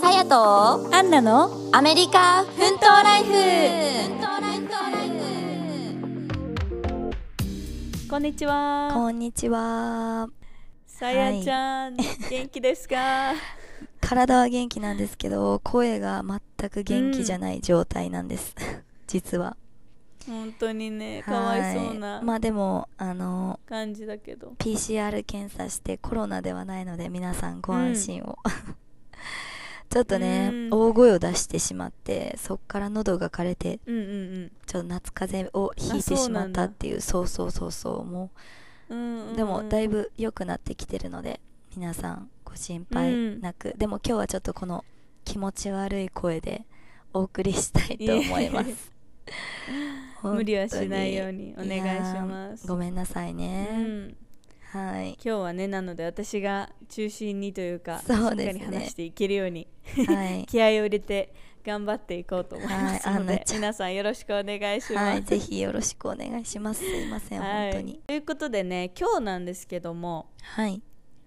さやとアンナのアメリカ奮闘ライフこんにちはこんにちはさやちゃん、元気です か体は元気なんですけど声が全く元気じゃない状態なんです、 実は本当にねかわいそうはないまあでもあの感じだけど PCR 検査してコロナではないので皆さんご安心を、 ちょっとね、うん大声を出してしまってそっから喉が枯れてうんうんちょっと夏風邪をひいてあそうしなまっんただっていうそうそうそうそうもうんうんうんうでもだいぶぶ良くなってきてるので皆さんご心配なく、でも今日はちょっとこの気持ち悪い声でお送りしたいと思います 無理はしないよううにお願いしますごめんなさいうね、ん、 はい今日はねなので私が中心にというかそうでしすねっかり話していけるようにはい 気合を入れて頑張っていこうと思いますのはいアンでナ、ちゃん皆さんよろしくお願いします。はい、ぜひよろしくお願いします。すいません、はい本当に。ということでね今日なんですけどもはい。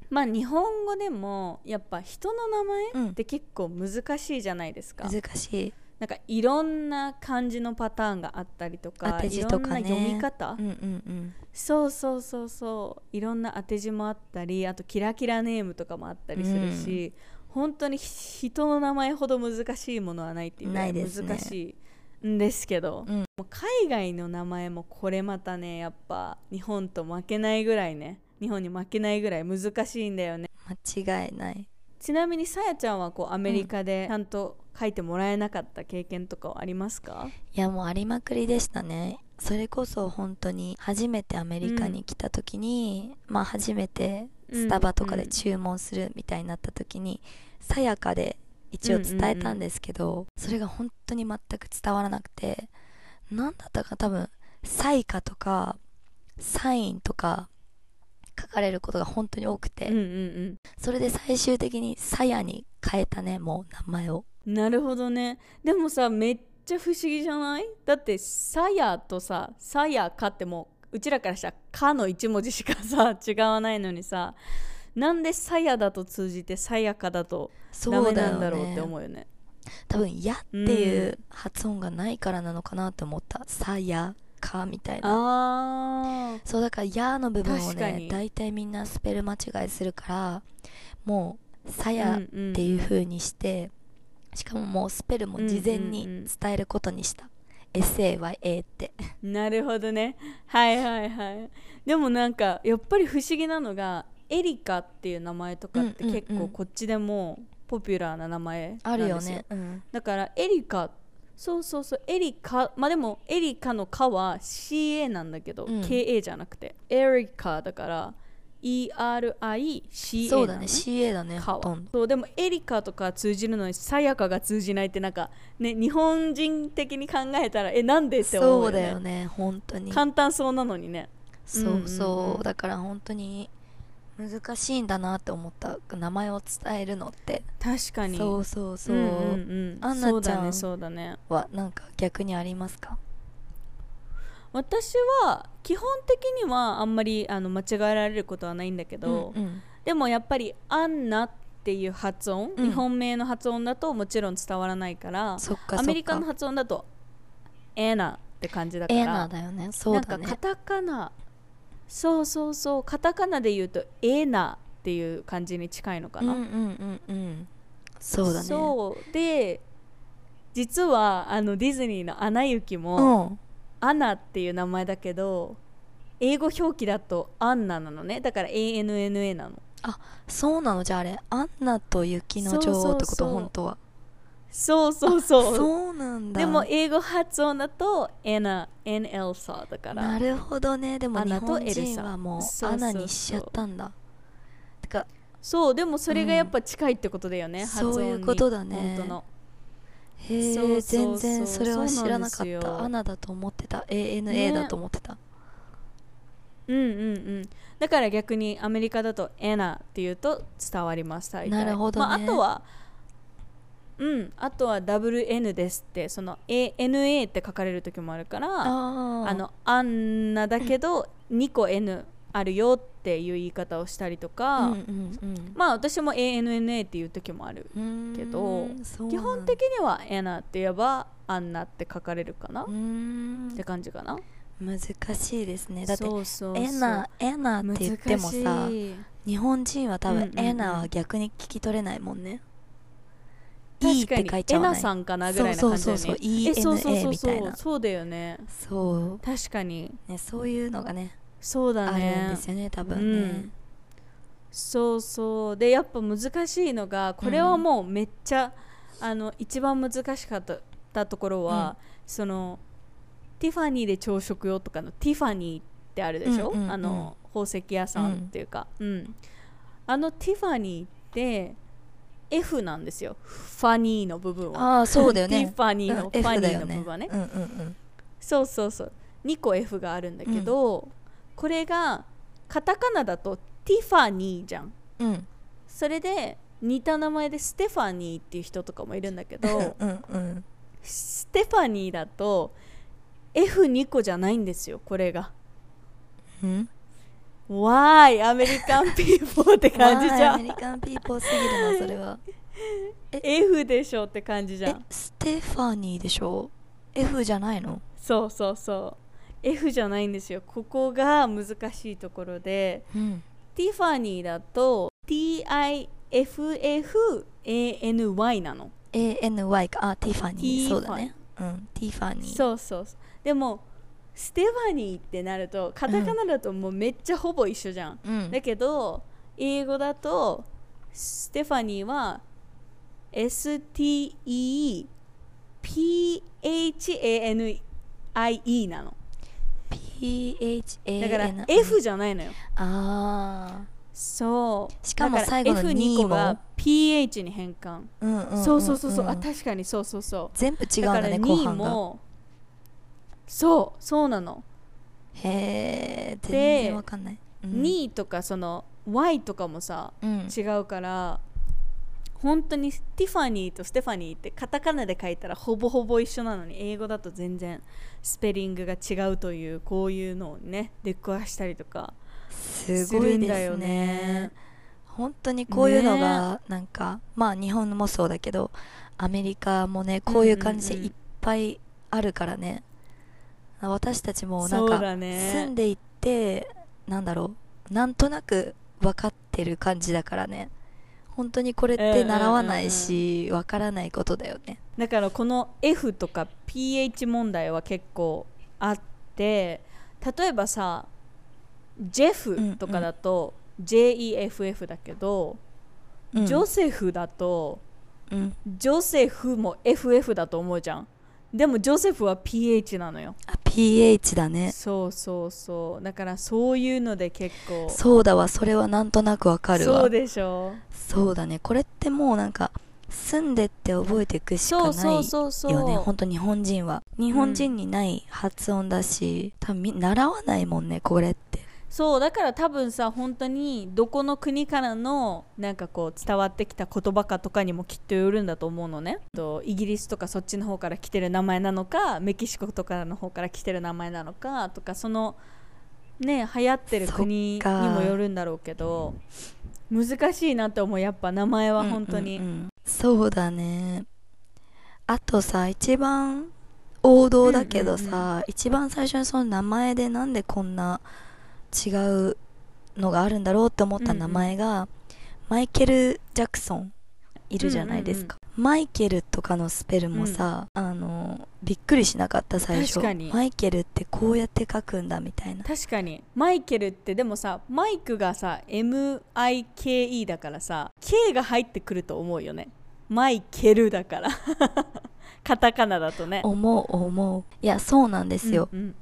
まあ日本語でもやっぱ人の名うん前って結構難しいじゃないですか、難しい。なんかいろんな漢字のパターンがあったりと当かて字とかね。いろんな読み方、うんうんそうそうそうそういろんな当て字もあったりあとキラキラネームとかもあったりするし、本当に人の名前ほど難しいものはないっていうぐらないですね難しいんですけどうんもう海外の名前もこれまたねやっぱ日本と負けないぐらいね日本に負けないぐらい難しいんだよねうん。間違いない。ちなみにさやちゃんはこうアメリカでちゃんと書いてもらえなかった経験とかはありますか、いや、もうありまくりでしたね。それこそ本当に初めてアメリカに来た時に、まあ初めてスタバとかで注文するみたいになった時に、さやかで一応伝えたんですけど、それが本当に全く伝わらなくて、なんだったか多分、サイカとか、サインとか書かれることが本当に多くて、うんうんそれで最終的にさやに変えたね、もう名前を。うんなるほどねでもさめっちゃ不思議じゃないだって「さや」とさ「さやか」ってもううちらからしたら「か」の一文字しかさ 違わないのにさなんで「さや」だと通じて「さやか」だとダそメうなだよんだろうってね。思うよね多分「や」っていう発音がないからなのかなと思った「さやか」みたいなあそうだから「や」の部分を確かねに大体みんなスペル間違いするからもう「さあや」うっんうんていう風にして、しかももうスペルも事前うんうんうにん伝えることにした「SAYA」ってなるほどねはいはいはいでもなんかやっぱり不思議なのがエリカっていう名前とかってうんうんうん結構こっちでもポピュラーな名前なあんでするよよねうんだからエリカそうそうそうエリカまあでもエリカの「カ」は CA なんだけど、うん KA じゃなくてエリカだから ERICA そうだなのね CA だねかほはとんどそうでもエリカとか通じるのにさやかが通じないってなんかね日本人的に考えたらえなんでって思そううよだねよね本当に簡単そうなのにねそうそうう,、んうんうんだから本当に難しいんだなって思った名前を伝えるのって確かにそうそうそう、んうんうんアンナちゃんそうだねそうだねはなんか逆にありますか私は基本的にはあんまりあの間違えられることはないんだけど、うんでもやっぱり「アンナ」っていう発音、うん日本名の発音だともちろん伝わらないからそっかそっかアメリカの発音だと「エナ」って感じだからエナだよねそうだなねんかカタカナそうそうそうカタカナで言うと「エナ」っていう感じに近いのかうんな、うんうんうんそうだねそうで実はあのディズニーの「アナ雪」も、うんアナっていう名前だけど英語表記だとアンナなのねだから ANNA なのそうなのじゃああれアンナと雪の女王っそうそうてこそとう本当はそうそうそうそうなんだでも英語発音だとエナエンエルサだからなるほどねでもア日ナと本エルサ人はもうそうアそうそうナにしちゃったんだてかそうでもそれがやっぱ近いってことだよね、うん発音にそういうことだね本当のへえそうそうそう全然それは知らなそかうなんですったよアナだと思ってた ANA ねだと思ってた、うんうんうんだから逆にアメリカだとエナっていうと伝わります大体なるほどねまあ、あとはうんあとは WN ですってその ANA って書かれる時もあるからあーあのアンナだけど2個 N あるよっっていう言い方をしたりとか、うんうんうんまあ私も ANNA っていう時もあるうーんけどそう基な本ん的にはエナって言えばアンナって書かれるかな、うーっんて感じかな難しいですねだってそうそうそうエナエナって言ってもさ難しい日本人はう多ん分うんうんエナは逆に聞き取れないもんね、いい確かってに書いちエゃわナないさんかなぐらいな感じだよねそうそうそうそうえそうそう ENA そうみたいそうなそうだよねそ確かにう、ね、そういうのがねそうだあねるんですよね多分ね、うんそうそうでやっぱ難しいのがこれはもうめっちゃ、あの一番難しかったところは、そのティファニーで朝食よとかのティファニーってあるでしょ、うんうんうんあの宝石屋さんっていうか、うんあのティファニーって F なんですよファニーの部分はああそうだよねティファニーの、うんファ F ニだーよの部分はねうんうんうんそうそうそう2個 F があるんだけど、これがカタカナだとティファニーじゃんうんそれで似た名前でステファニーっていう人とかもいるんだけどうんうんステファニーだと F2 個じゃないんですよこれが。うん、 Why アメリカ ンピーポーって感じじわーゃアメんリカンピーポーすぎるなそれは F でしょって感じじゃえんステファニーでしょ F じゃないのそうそうそう F じゃないんですよここが難しいところでうんティファニーだと TIFFANY なの ANY かあティファニティファニーーそうだねうんティファニーそうそうそうでもステファニーってなるとカタカナだともうめっちゃほぼ一緒じゃん、うんだけど英語だとステファニーは STEPHANIE なの PHAN だから F じゃないのよあそうしかもだら最後の F2 個2がも PH に変換、あうんうんそうそうそうそう、んあ確かにそうそうそう全部違うんだかだらね2後半がもそうそうなのへえ全然わかんないうん2とかその Y とかもさうん違うから本当にティファニーとステファニーってカタカナで書いたらほぼほぼ一緒なのに英語だと全然スペリングが違うというこういうのをね出くわしたりとかすすごるいんでだよすねね。本当にこういうのがなんかまあ日本もそうだけどアメリカもねこういう感じでうんうんうんいっぱいあるからね私たちもなんそうかだね住んでいってなんだろうなんとなく分かってる感じだからね本当にこれっうんうんうんてうん習わないし分からないことだよねだからこの F とか PH 問題は結構あって例えばさジェフとかだと JEFF だけど、ジョセフだとうんジョセフも FF だと思うじゃんでもジョセフは PH なのよあ PH だねそうそうそうだからそういうので結構そうだわそれはなんとなく分かるわそうでしょそうだねこれってもうなんか住んでって覚えていくしかそうないそようそねうそう本当日本人は日本人にない発音だし、多分み習わないもんねこれってそうだから多分さ本当にどこの国からのなんかこう伝わってきた言葉かとかにもきっとよるんだと思うのねとイギリスとかそっちの方から来てる名前なのかメキシコとかの方から来てる名前なのかとかそのね流行ってる国そっかにもよるんだろうけど難しいなと思うやっぱ名前は本当に、うんうんうんそうだねあとさ一番王道だけどさ、うん一番最初にその名前でなんでこんな違うのがあるんだろうって思った名前が、マイケル・ジャクソンいるじゃないですか、マイケルとかのスペルもさ、あのびっくりしなかった最初確かにマイケルってこうやって書くんだみたいな確かにマイケルってでもさマイクがさ MIKE だからさ K が入ってくると思うよねマイケルだから カタカナだとね思う思ういやそうなんですよ、うんうん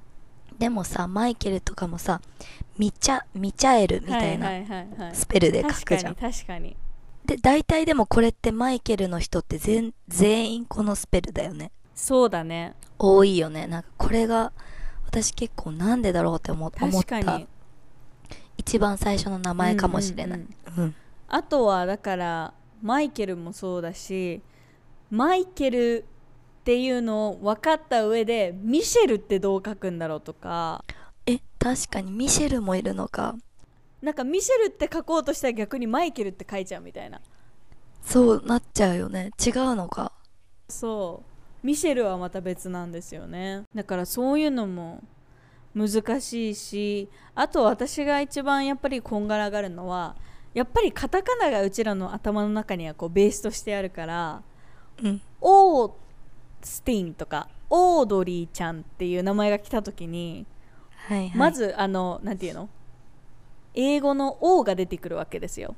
でもさマイケルとかもさミチャミチャエルみたいはないはいはいはいスペルで書確くじかゃんに確かにで大体でもこれってマイケルの人って全全員このスペルだよねそうだね多いよねなんかこれが私結構なんでだろうって思っ思確かったに一番最初の名前かもしれないうんうんうんあとはだからマイケルもそうだしマイケルっていうのを分かった上でミシェルってどう書くんだろうとかえ確かにミシェルもいるのかなんかミシェルって書こうとしたら逆にマイケルって書いちゃうみたいなそうなっちゃうよね違うのかそうミシェルはまた別なんですよねだからそういうのも難しいしあと私が一番やっぱりこんがらがるのはやっぱりカタカナがうちらの頭の中にはこうベースとしてあるからうんオースティンとかオードリーちゃんっていう名前が来た時にはいはいまずあのなんていうの英語の「O」が出てくるわけですよ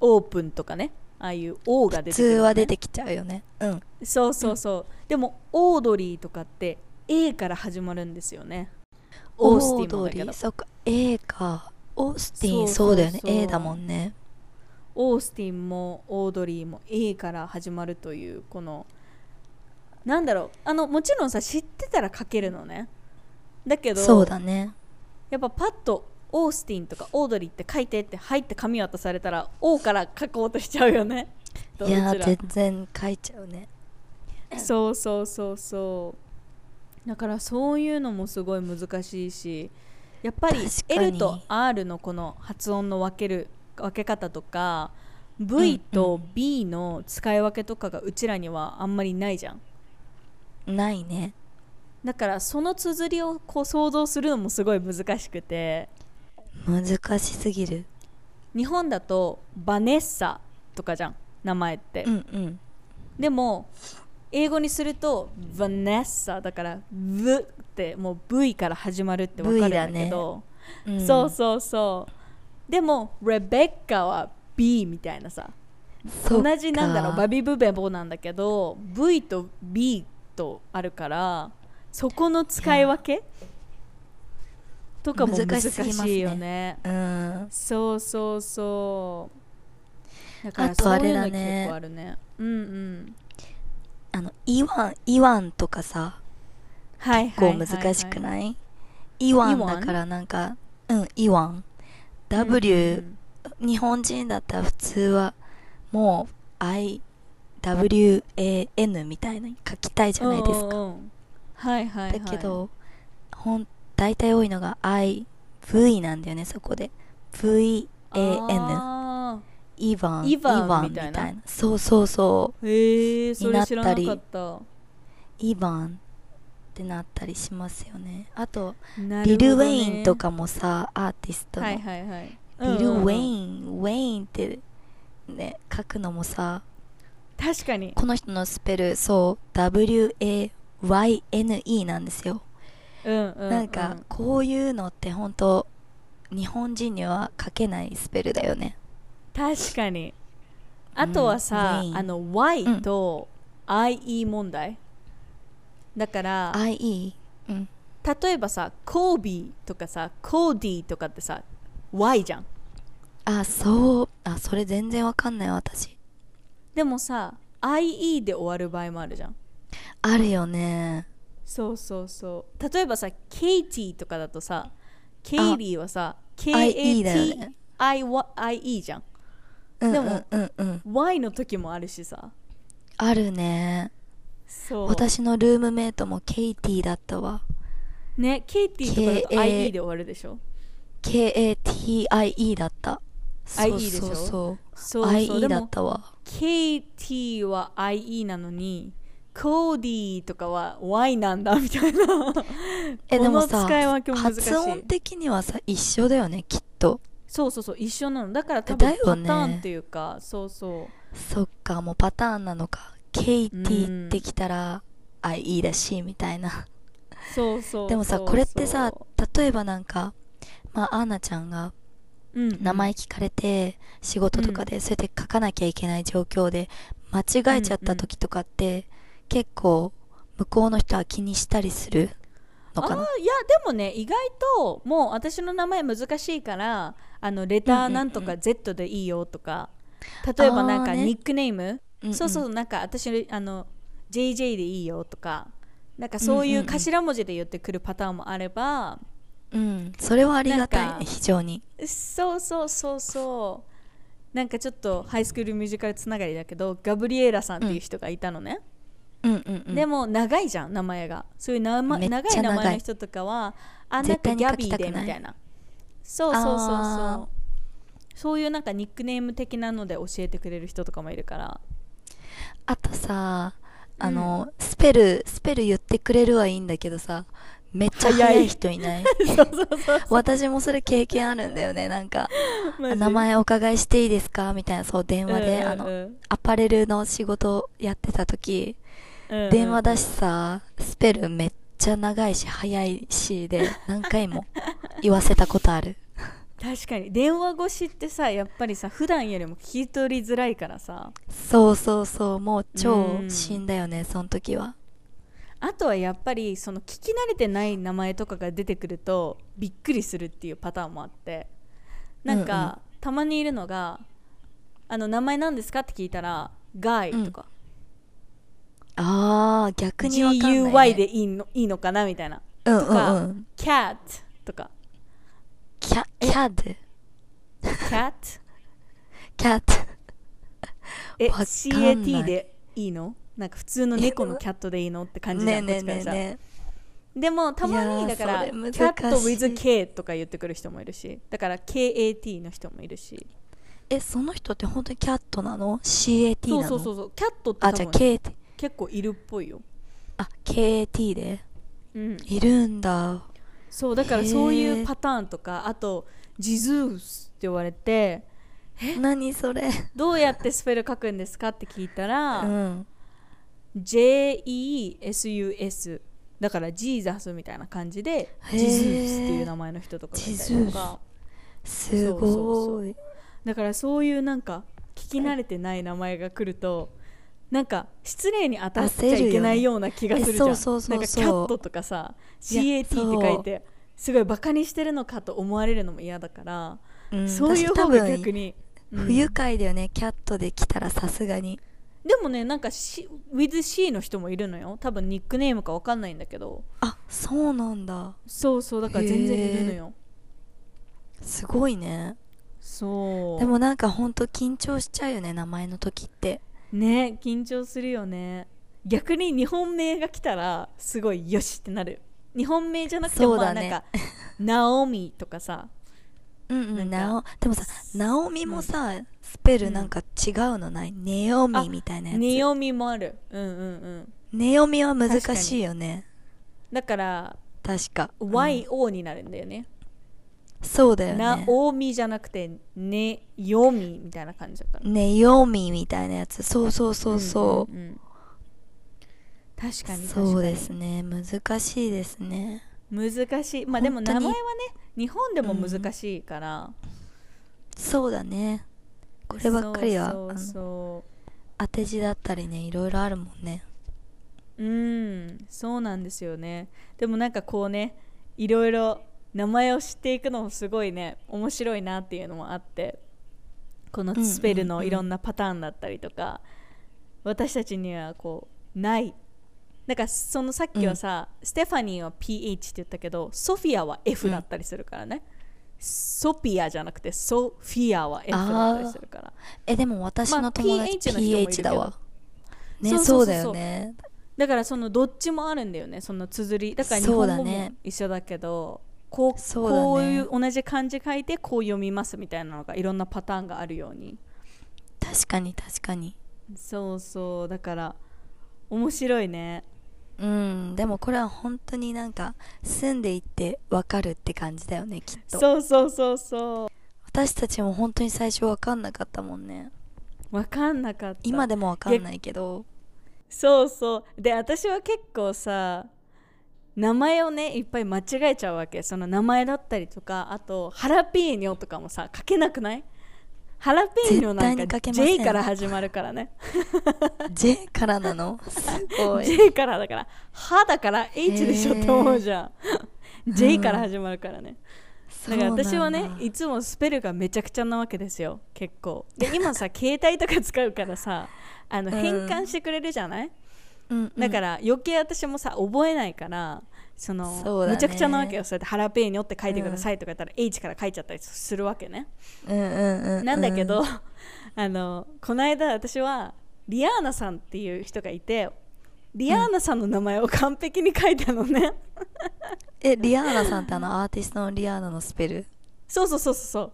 オープンとかねああいう「O」が出普てく通る、は出てきちゃうよねうんそうそうそう、でもオードリーとかって A から始まるんですよねオースティンもだけオードリどーそっか A かオースティンそそそうそうううだよね A だもんねオースティンもオードリーも A から始まるというこのなんだろうあのもちろんさ知ってたら書けるのねだけどそうだねやっぱパッとオースティンとかオードリーって書いてって入って紙渡されたら O から書こうとしちゃうよ ねきっといやうちーら全然書いちゃうねそうそうそうそうだからそういうのもすごい難しいしやっぱり確かに L と R のこの発音の分ける分け方とか V と B の使い分けとかがうちらにはあんまりないじゃんないねだからその綴りをこう想像するのもすごい難しくて難しすぎる日本だとバネッサとかじゃん名前って、うんうんでも英語にすると「ヴァネッサ」だから「V」ってもう V から始まるってわかるんだけどうんそうそうそうでも「レベッカ」は B みたいなさそ同っかじなんだろうバビブベボなんだけど V と B とあるからそこの使い分けとかも難難ししすぎますねいよねうんそうそうそうだからあとそうあいれうのだね結構あるねうんうんあのイワンイワンとかさはいこう難しくいないイワインワンだからなんかうんイワンうんう W ん日本人だったら普通はもう IWAN みたいなに書きたいじゃないですうかんうんうんはいはい、はい、だけどほん大体多いのが IV なんだよねそこで VAN あイヴァンイヴァンヴみたいなそうそうそうーへえそれ知らなかになっったイヴァンってなったりしますよねあとなるリほどねル・ウェインとかもさアーティストの、はいはいはいリル・ウェンイン、ウェインってね書くのもさ確かにこの人のスペルそう WAYNE なんですよ、うんうん、うん、なんかこういうのって本当日本人には書けないスペルだよね確かにあとはさ、うんあの Y うんと IE 問題、だから IE うん例えばさコービーとかさコーディーとかってさ Y じゃんあそうあそれ全然わかんない私でもさ IE で終わる場合もあるじゃんあるよねそうそうそう例えばさケイティとかだとさケイリーはさ IE だよね KATIE じゃんうんでうもんうんうん Y の時もあるしさあるねそう私のルームメイトもケイティだったわねケイティとかだと K A IE で終わるでしょ KATIE だったそう IE でしょそうそうそうそう IE でだもったわ KT は IE なのにコーディーとかは Y なんだみたいなえでこものさ使い分けも難しい発音的にはさ一緒だよねきっとそうそうそう一緒なのだから多分だパタよねーンっていうか、そうそうそっかもうパターンなのか KT ってきたら IE だしみたいなそうそうそうでもさこれってさそ例えばなんかまあアーナちゃんがううん名前聞かれて仕事とかでそうやって書かなきゃいけない状況で間違えちゃった時とかって結構向こうの人は気にしたりするのかあなーいやでもね意外ともう私の名前難しいからあのレターなんとうんうかん Z でいいよとか、例えばなんかあーねニックネームんんそうそうなんか私あの JJ でいいよとかなんかそういう頭文字で言ってくるパターンもあれば、うんそれはありがたないんかね非常にそうそうそうそうなんかちょっとハイスクールミュージカルつながりだけどガブリエラさんっていう人がいたのね、うんうんうんでも長いじゃん名前がそういう名め前っち長いゃ長い名前の人とかはあなん絶か対にギャ書ビきーたくでないみたいなそうそうそうそあうそういうなんかニックネーム的なので教えてくれる人とかもいるからあとさあの、スペルスペル言ってくれるはいいんだけどさめっちゃ早い早い人いない そうそうそう私もそれ経験あるんだよねなんかマジ名前お伺いしていいですかみたいなそう電話で、うんうんうんあのアパレルの仕事やってた時、電話だしさスペルめっちゃ長いし早いしで何回も言わせたことある確かに電話越しってさやっぱりさ普段よりも聞き取りづらいからさそうそうそうもう超うん死んだよね、その時はあとはやっぱりその聞き慣れてない名前とかが出てくるとびっくりするっていうパターンもあってなんか、うんうんたまにいるのが「あの名前何ですか?」って聞いたら「ガイ」とかあー「逆にわかんない、 GUY」ね、でいいのいいのかなみたいなうんとうかんうん「Cat」とかキャキャッ「ド Cat キャット」え「わかんない CAT」でいいのなんか普通の猫のキャットでいいのって感じじねゃえんねえこっちねからえしたらねでもたまいやにーだから「そキれャ難しいット WithK」とか言ってくる人もいるしだから「KAT」の人もいるしええその人って本当にキャットなの ?CAT なそうのそうそうそうキャットって多あじゃあ分 K 結構いるっぽいよ、あ KAT でうん、いるんだそうだからそういうパターンとかあと「ジズース」って言われて何それ「どうやってスペル書くんですか?」って聞いたら「うん、 JESUS」だから「ジーザス」みたいな感じで「へージズース」っていう名前の人とかがいたりとかすごいそうそうだからそういうなんか聞き慣れてない名前が来るとなんか失礼に当たっちゃいけないような気がするじゃん、焦るよねえそうそうそうそうなんかキャットとかさいや CAT って書いてすごいバカにしてるのかと思われるのも嫌だから、うんそういう私多方が分逆に、うん不愉快だよね、キャットで来たらさすがにでもねなんか C WithC の人もいるのよ多分ニックネームかわかんないんだけどあそうなんだそうそうだから全然いるのよすごいねそうでもなんかほんと緊張しちゃうよね名前の時ってね緊張するよね逆に日本名が来たらすごいよしってなる日本名じゃなくてそもうまあだなんねか「ナオミ」とかさうんなうんんかなおでもさナオミもさ、スペルなんか違うのない、ネオミみたい「なやつネオミ」もあるうんうんうんネオミは難しいよねだから確か「うん YO」になるんだよねそう「だよナねオミ」じゃなくて「ネヨミ」みたいな感じだからネオミみたいなやつそうそうそうそう、んんん確かに確かにそうですね難しいですね難しいまあでも本名前当にはね日本でも難しいから、そうだねこればっかりはそうそうそうあの当て字だったりねいろいろあるもんねうんそうなんですよねでもなんかこうねいろいろ名前を知っていくのもすごいね面白いなっていうのもあってこのスペルうんうんのうんいろんなパターンだったりとか、私たちにはこうないなんかそのさっきはさ、ステファニーは PH って言ったけどソフィアは F だったりするからね、ソピアじゃなくてソフィアは F だったりするからえでも私の友達 PH の人もいるけ PH だどわねそうそうそうそうそうだよねだからそのどっちもあるんだよねその綴りだから日そう本だ語もね一緒だけどこうそうだねこういう同じ漢字書いてこう読みますみたいなのがいろんなパターンがあるように確かに確かにそうそうだから面白いねうんでもこれは本当になんか住んでいってわかるって感じだよねきっとそうそうそうそ私たちも本当に最初わかんなかったもんねうわかんなかった今でもわかんないけ どそうそうで私は結構さ名前をねいっぱい間違えちゃうわけその名前だったりとかあとハラピーニョとかもさ書けなくないハラピーニョなん絶対にか書けません J から始まるからね J からなのすごい J からだから「は」だから H でしょって思うじゃん J から始まるからね、だから私はそうねなんだいつもスペルがめちゃくちゃなわけですよ結構 で今さ携帯とか使うからさあのうん変換してくれるじゃない、うんうんだから余計私もさ覚えないからそのそうだねめちゃくちゃなわけよそうやって「ハラペーニョ」って書いてくださいとか言ったら、H から書いちゃったりするわけね、うんうんうんうんなんだけど、 あのこの間私はリアーナさんっていう人がいてリアーナさんの名前を完璧に書いたのね、 えリアーナさんってあのアーティストのリアーナのスペルそうそうそうそう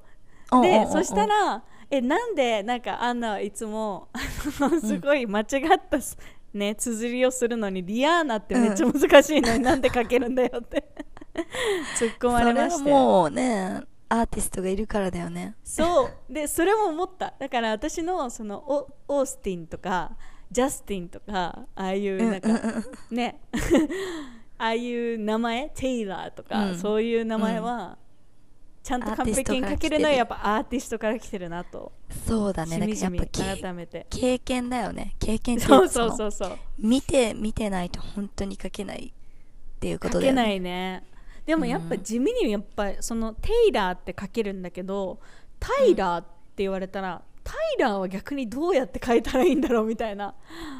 そうおうおうおうでおうそしたらえなんでなんかアンナはいつもあのすごい間違ったす、ね綴りをするのにリアーナってめっちゃ難しいのになんで書けるんだよって 突っ込まれましそてれはもうねアーティストがいるからだよねそうでそれも思っただから私のそのオオースティンとかジャスティンとかああいうなんか、うんうんうんね ああいう名前テイラーとか、うんそういう名前は、ちゃんと完璧に書けるのはアーティストから来てるやっぱアーティストから来てるなとそうだねしみじだかみらやっぱけ改めて経験だよね経験っていそうかうそうそそのうそう見て見てないと本当に書けないっていうこと書だよけねないねでもやっぱ地味にやっぱそのテイラーって書けるんだけどタイラーって言われたら、タイラーは逆にどうやって書いたらいいんだろうみたいな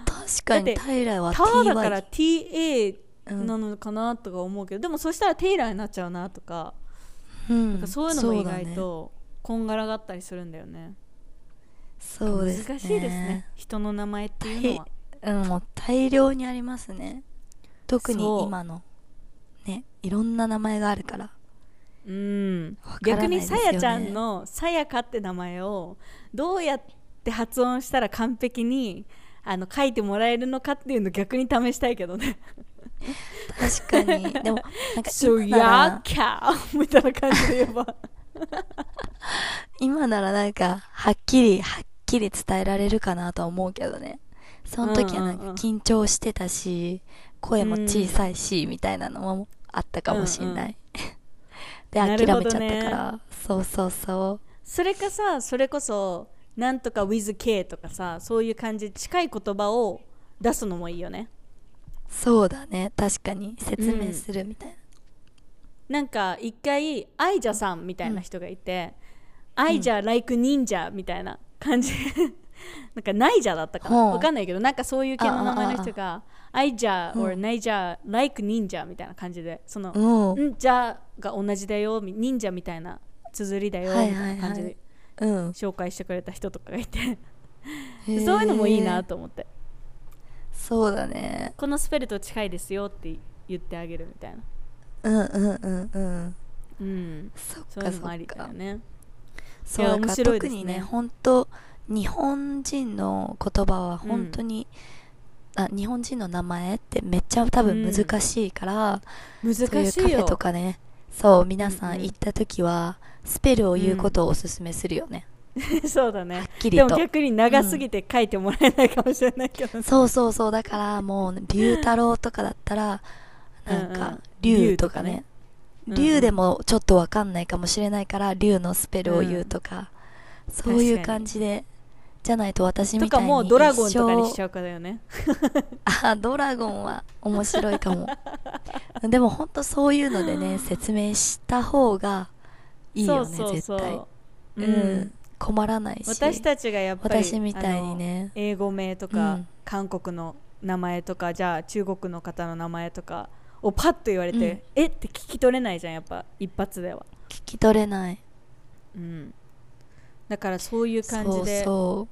確かにだっタイラーはターだ TY から TA うんなのかなとか思うけど、でもそしたらテイラーになっちゃうなとか,、うんそういうのも意外そうだねとこんがらがったりするんだよねそうですね難しいですね人の名前っていうのはうんもう大量にありますね特にそう今のねいろんな名前があるからうんわからな逆いでにすさよねやちゃんの「さやか」って名前をどうやって発音したら完璧にあの書いてもらえるのかっていうの逆に試したいけどね確 かにでもな「んかそ今なやらか」みたいな感じで 言えば今ならなんかはっきりはっきり伝えられるかなとは思うけどねその時はなんうんうんうんか緊張してたし声も小さいし、みたいなのもあったかもしんない、な るで諦ほめちゃどっねたから、そうそうそうそれかさそれこそ「なんとか WithK」とかさそういう感じ近い言葉を出すのもいいよねそうだね確かに説明するみたいなな、んか一回アイジャさんみたいな人がいて、アイジャ like 忍者みたいな感 じなんかナイジャだったかなほうわかんないけどなんかそういう系の名前の人がアイジャうん or ナイジャ like 忍者みたいな感じでその、うんんじゃが同じだよみ忍者みたいな綴りだよみはたいいはいはいな感じでうん、紹介してくれた人とかがいて、へーそういうのもいいなと思ってそうだねこのスペルと近いですよって言ってあげるみたいなうんうんうんうんうんそっそういうかのそもありっだよかねそういやだから面白いで特すねにね本当日本人の言葉は本当に、あ日本人の名前ってめっちゃ多分難しいから、難しいよそういうカフェとかねそう皆さうんんうん行った時はスペルを言うことをおすすめするよね、 そうだねはっきりとでも逆に長すぎて書いてもらえないかもしれないけど、そうそうそうだからもうね龍太郎とかだったらなんうんうかん龍とかね龍とかね龍、でもちょっとわかんないかもしれないから龍のスペルを言うとか、そういう確かに感じでじゃないとと私みたかいにもうドラゴンとかにしゃちゃうかだよね あドラゴンは面白いかも でも本当そういうのでね説明した方がいいよね絶う対、んうん困らないし私たちがやっぱり私みたいにねあの英語名とうか、ん韓国の名前とかじゃあ中国の方の名前とかをパッと言われて、うんえって聞き取れないじゃんやっぱ一発では、聞き取れないうん、だからそういう感そじうでそ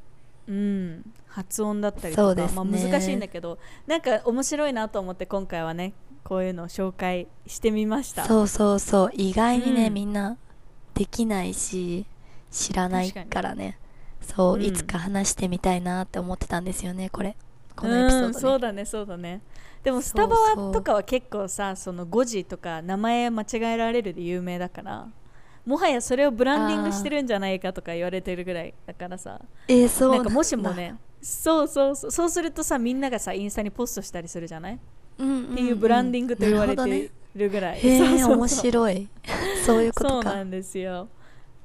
ううん、発音だったりとか、そうですねまあ、難しいんだけどなんか面白いなと思って今回はねこういうのを紹介してみましたそうそうそう意外にね、うんみんなできないし知らない確かにからねそう、うんいつか話してみたいなって思ってたんですよねこれこのエピソード、ねうん、そうだねそうだねでもスそうそタうバはとかは結構さその誤字とか名前間違えられるで有名だからもはやそれをブランディングしてるんじゃないかとか言われてるぐらいだからさえーそうなんだかもしもねそうそうそうそうするとさみんながさインスタにポストしたりするじゃない、うんうんうんっていうブランディングと言われなる ほてるぐらいどね、へそうそうえそう面白いそういうこそとうなかんですよ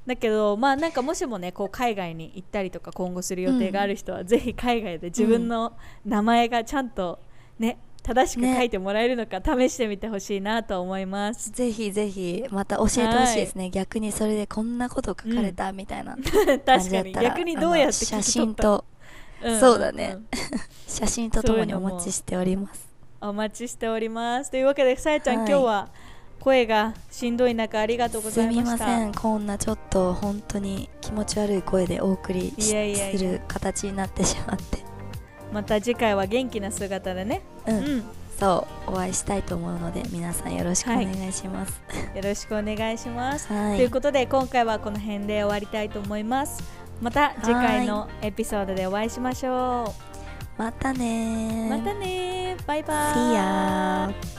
だけどまあなんかもしもねこう海外に行ったりとか今後する予定がある人は、ぜひ海外で自分の名前がちゃんとね正しくね書いてもらえるのか試してみてほしいなと思います、 ぜひぜひまた教えてほしいですね、逆にそれでこんなこと書かれたみたいな 感確じかだっにたら、逆にどうやってあの写聞き取真ったとんそうだねん 写真とともにお待ちしておりますお待ちしておりますというわけでさやちゃん、はい今日は声がしんどい中ありがとうごすざいみまましたせんこんなちょっと本当に気持ち悪い声でお送りしいやいやいやする形になってしまってまた次回は元気な姿でねうん、うんそうお会いしたいと思うので皆さんよろしくお願いします、よろしくお願いします、はいということで今回はこの辺で終わりたいと思いますまた次回のエピソードでお会いしましょまたねうまーたねバイバイ See ya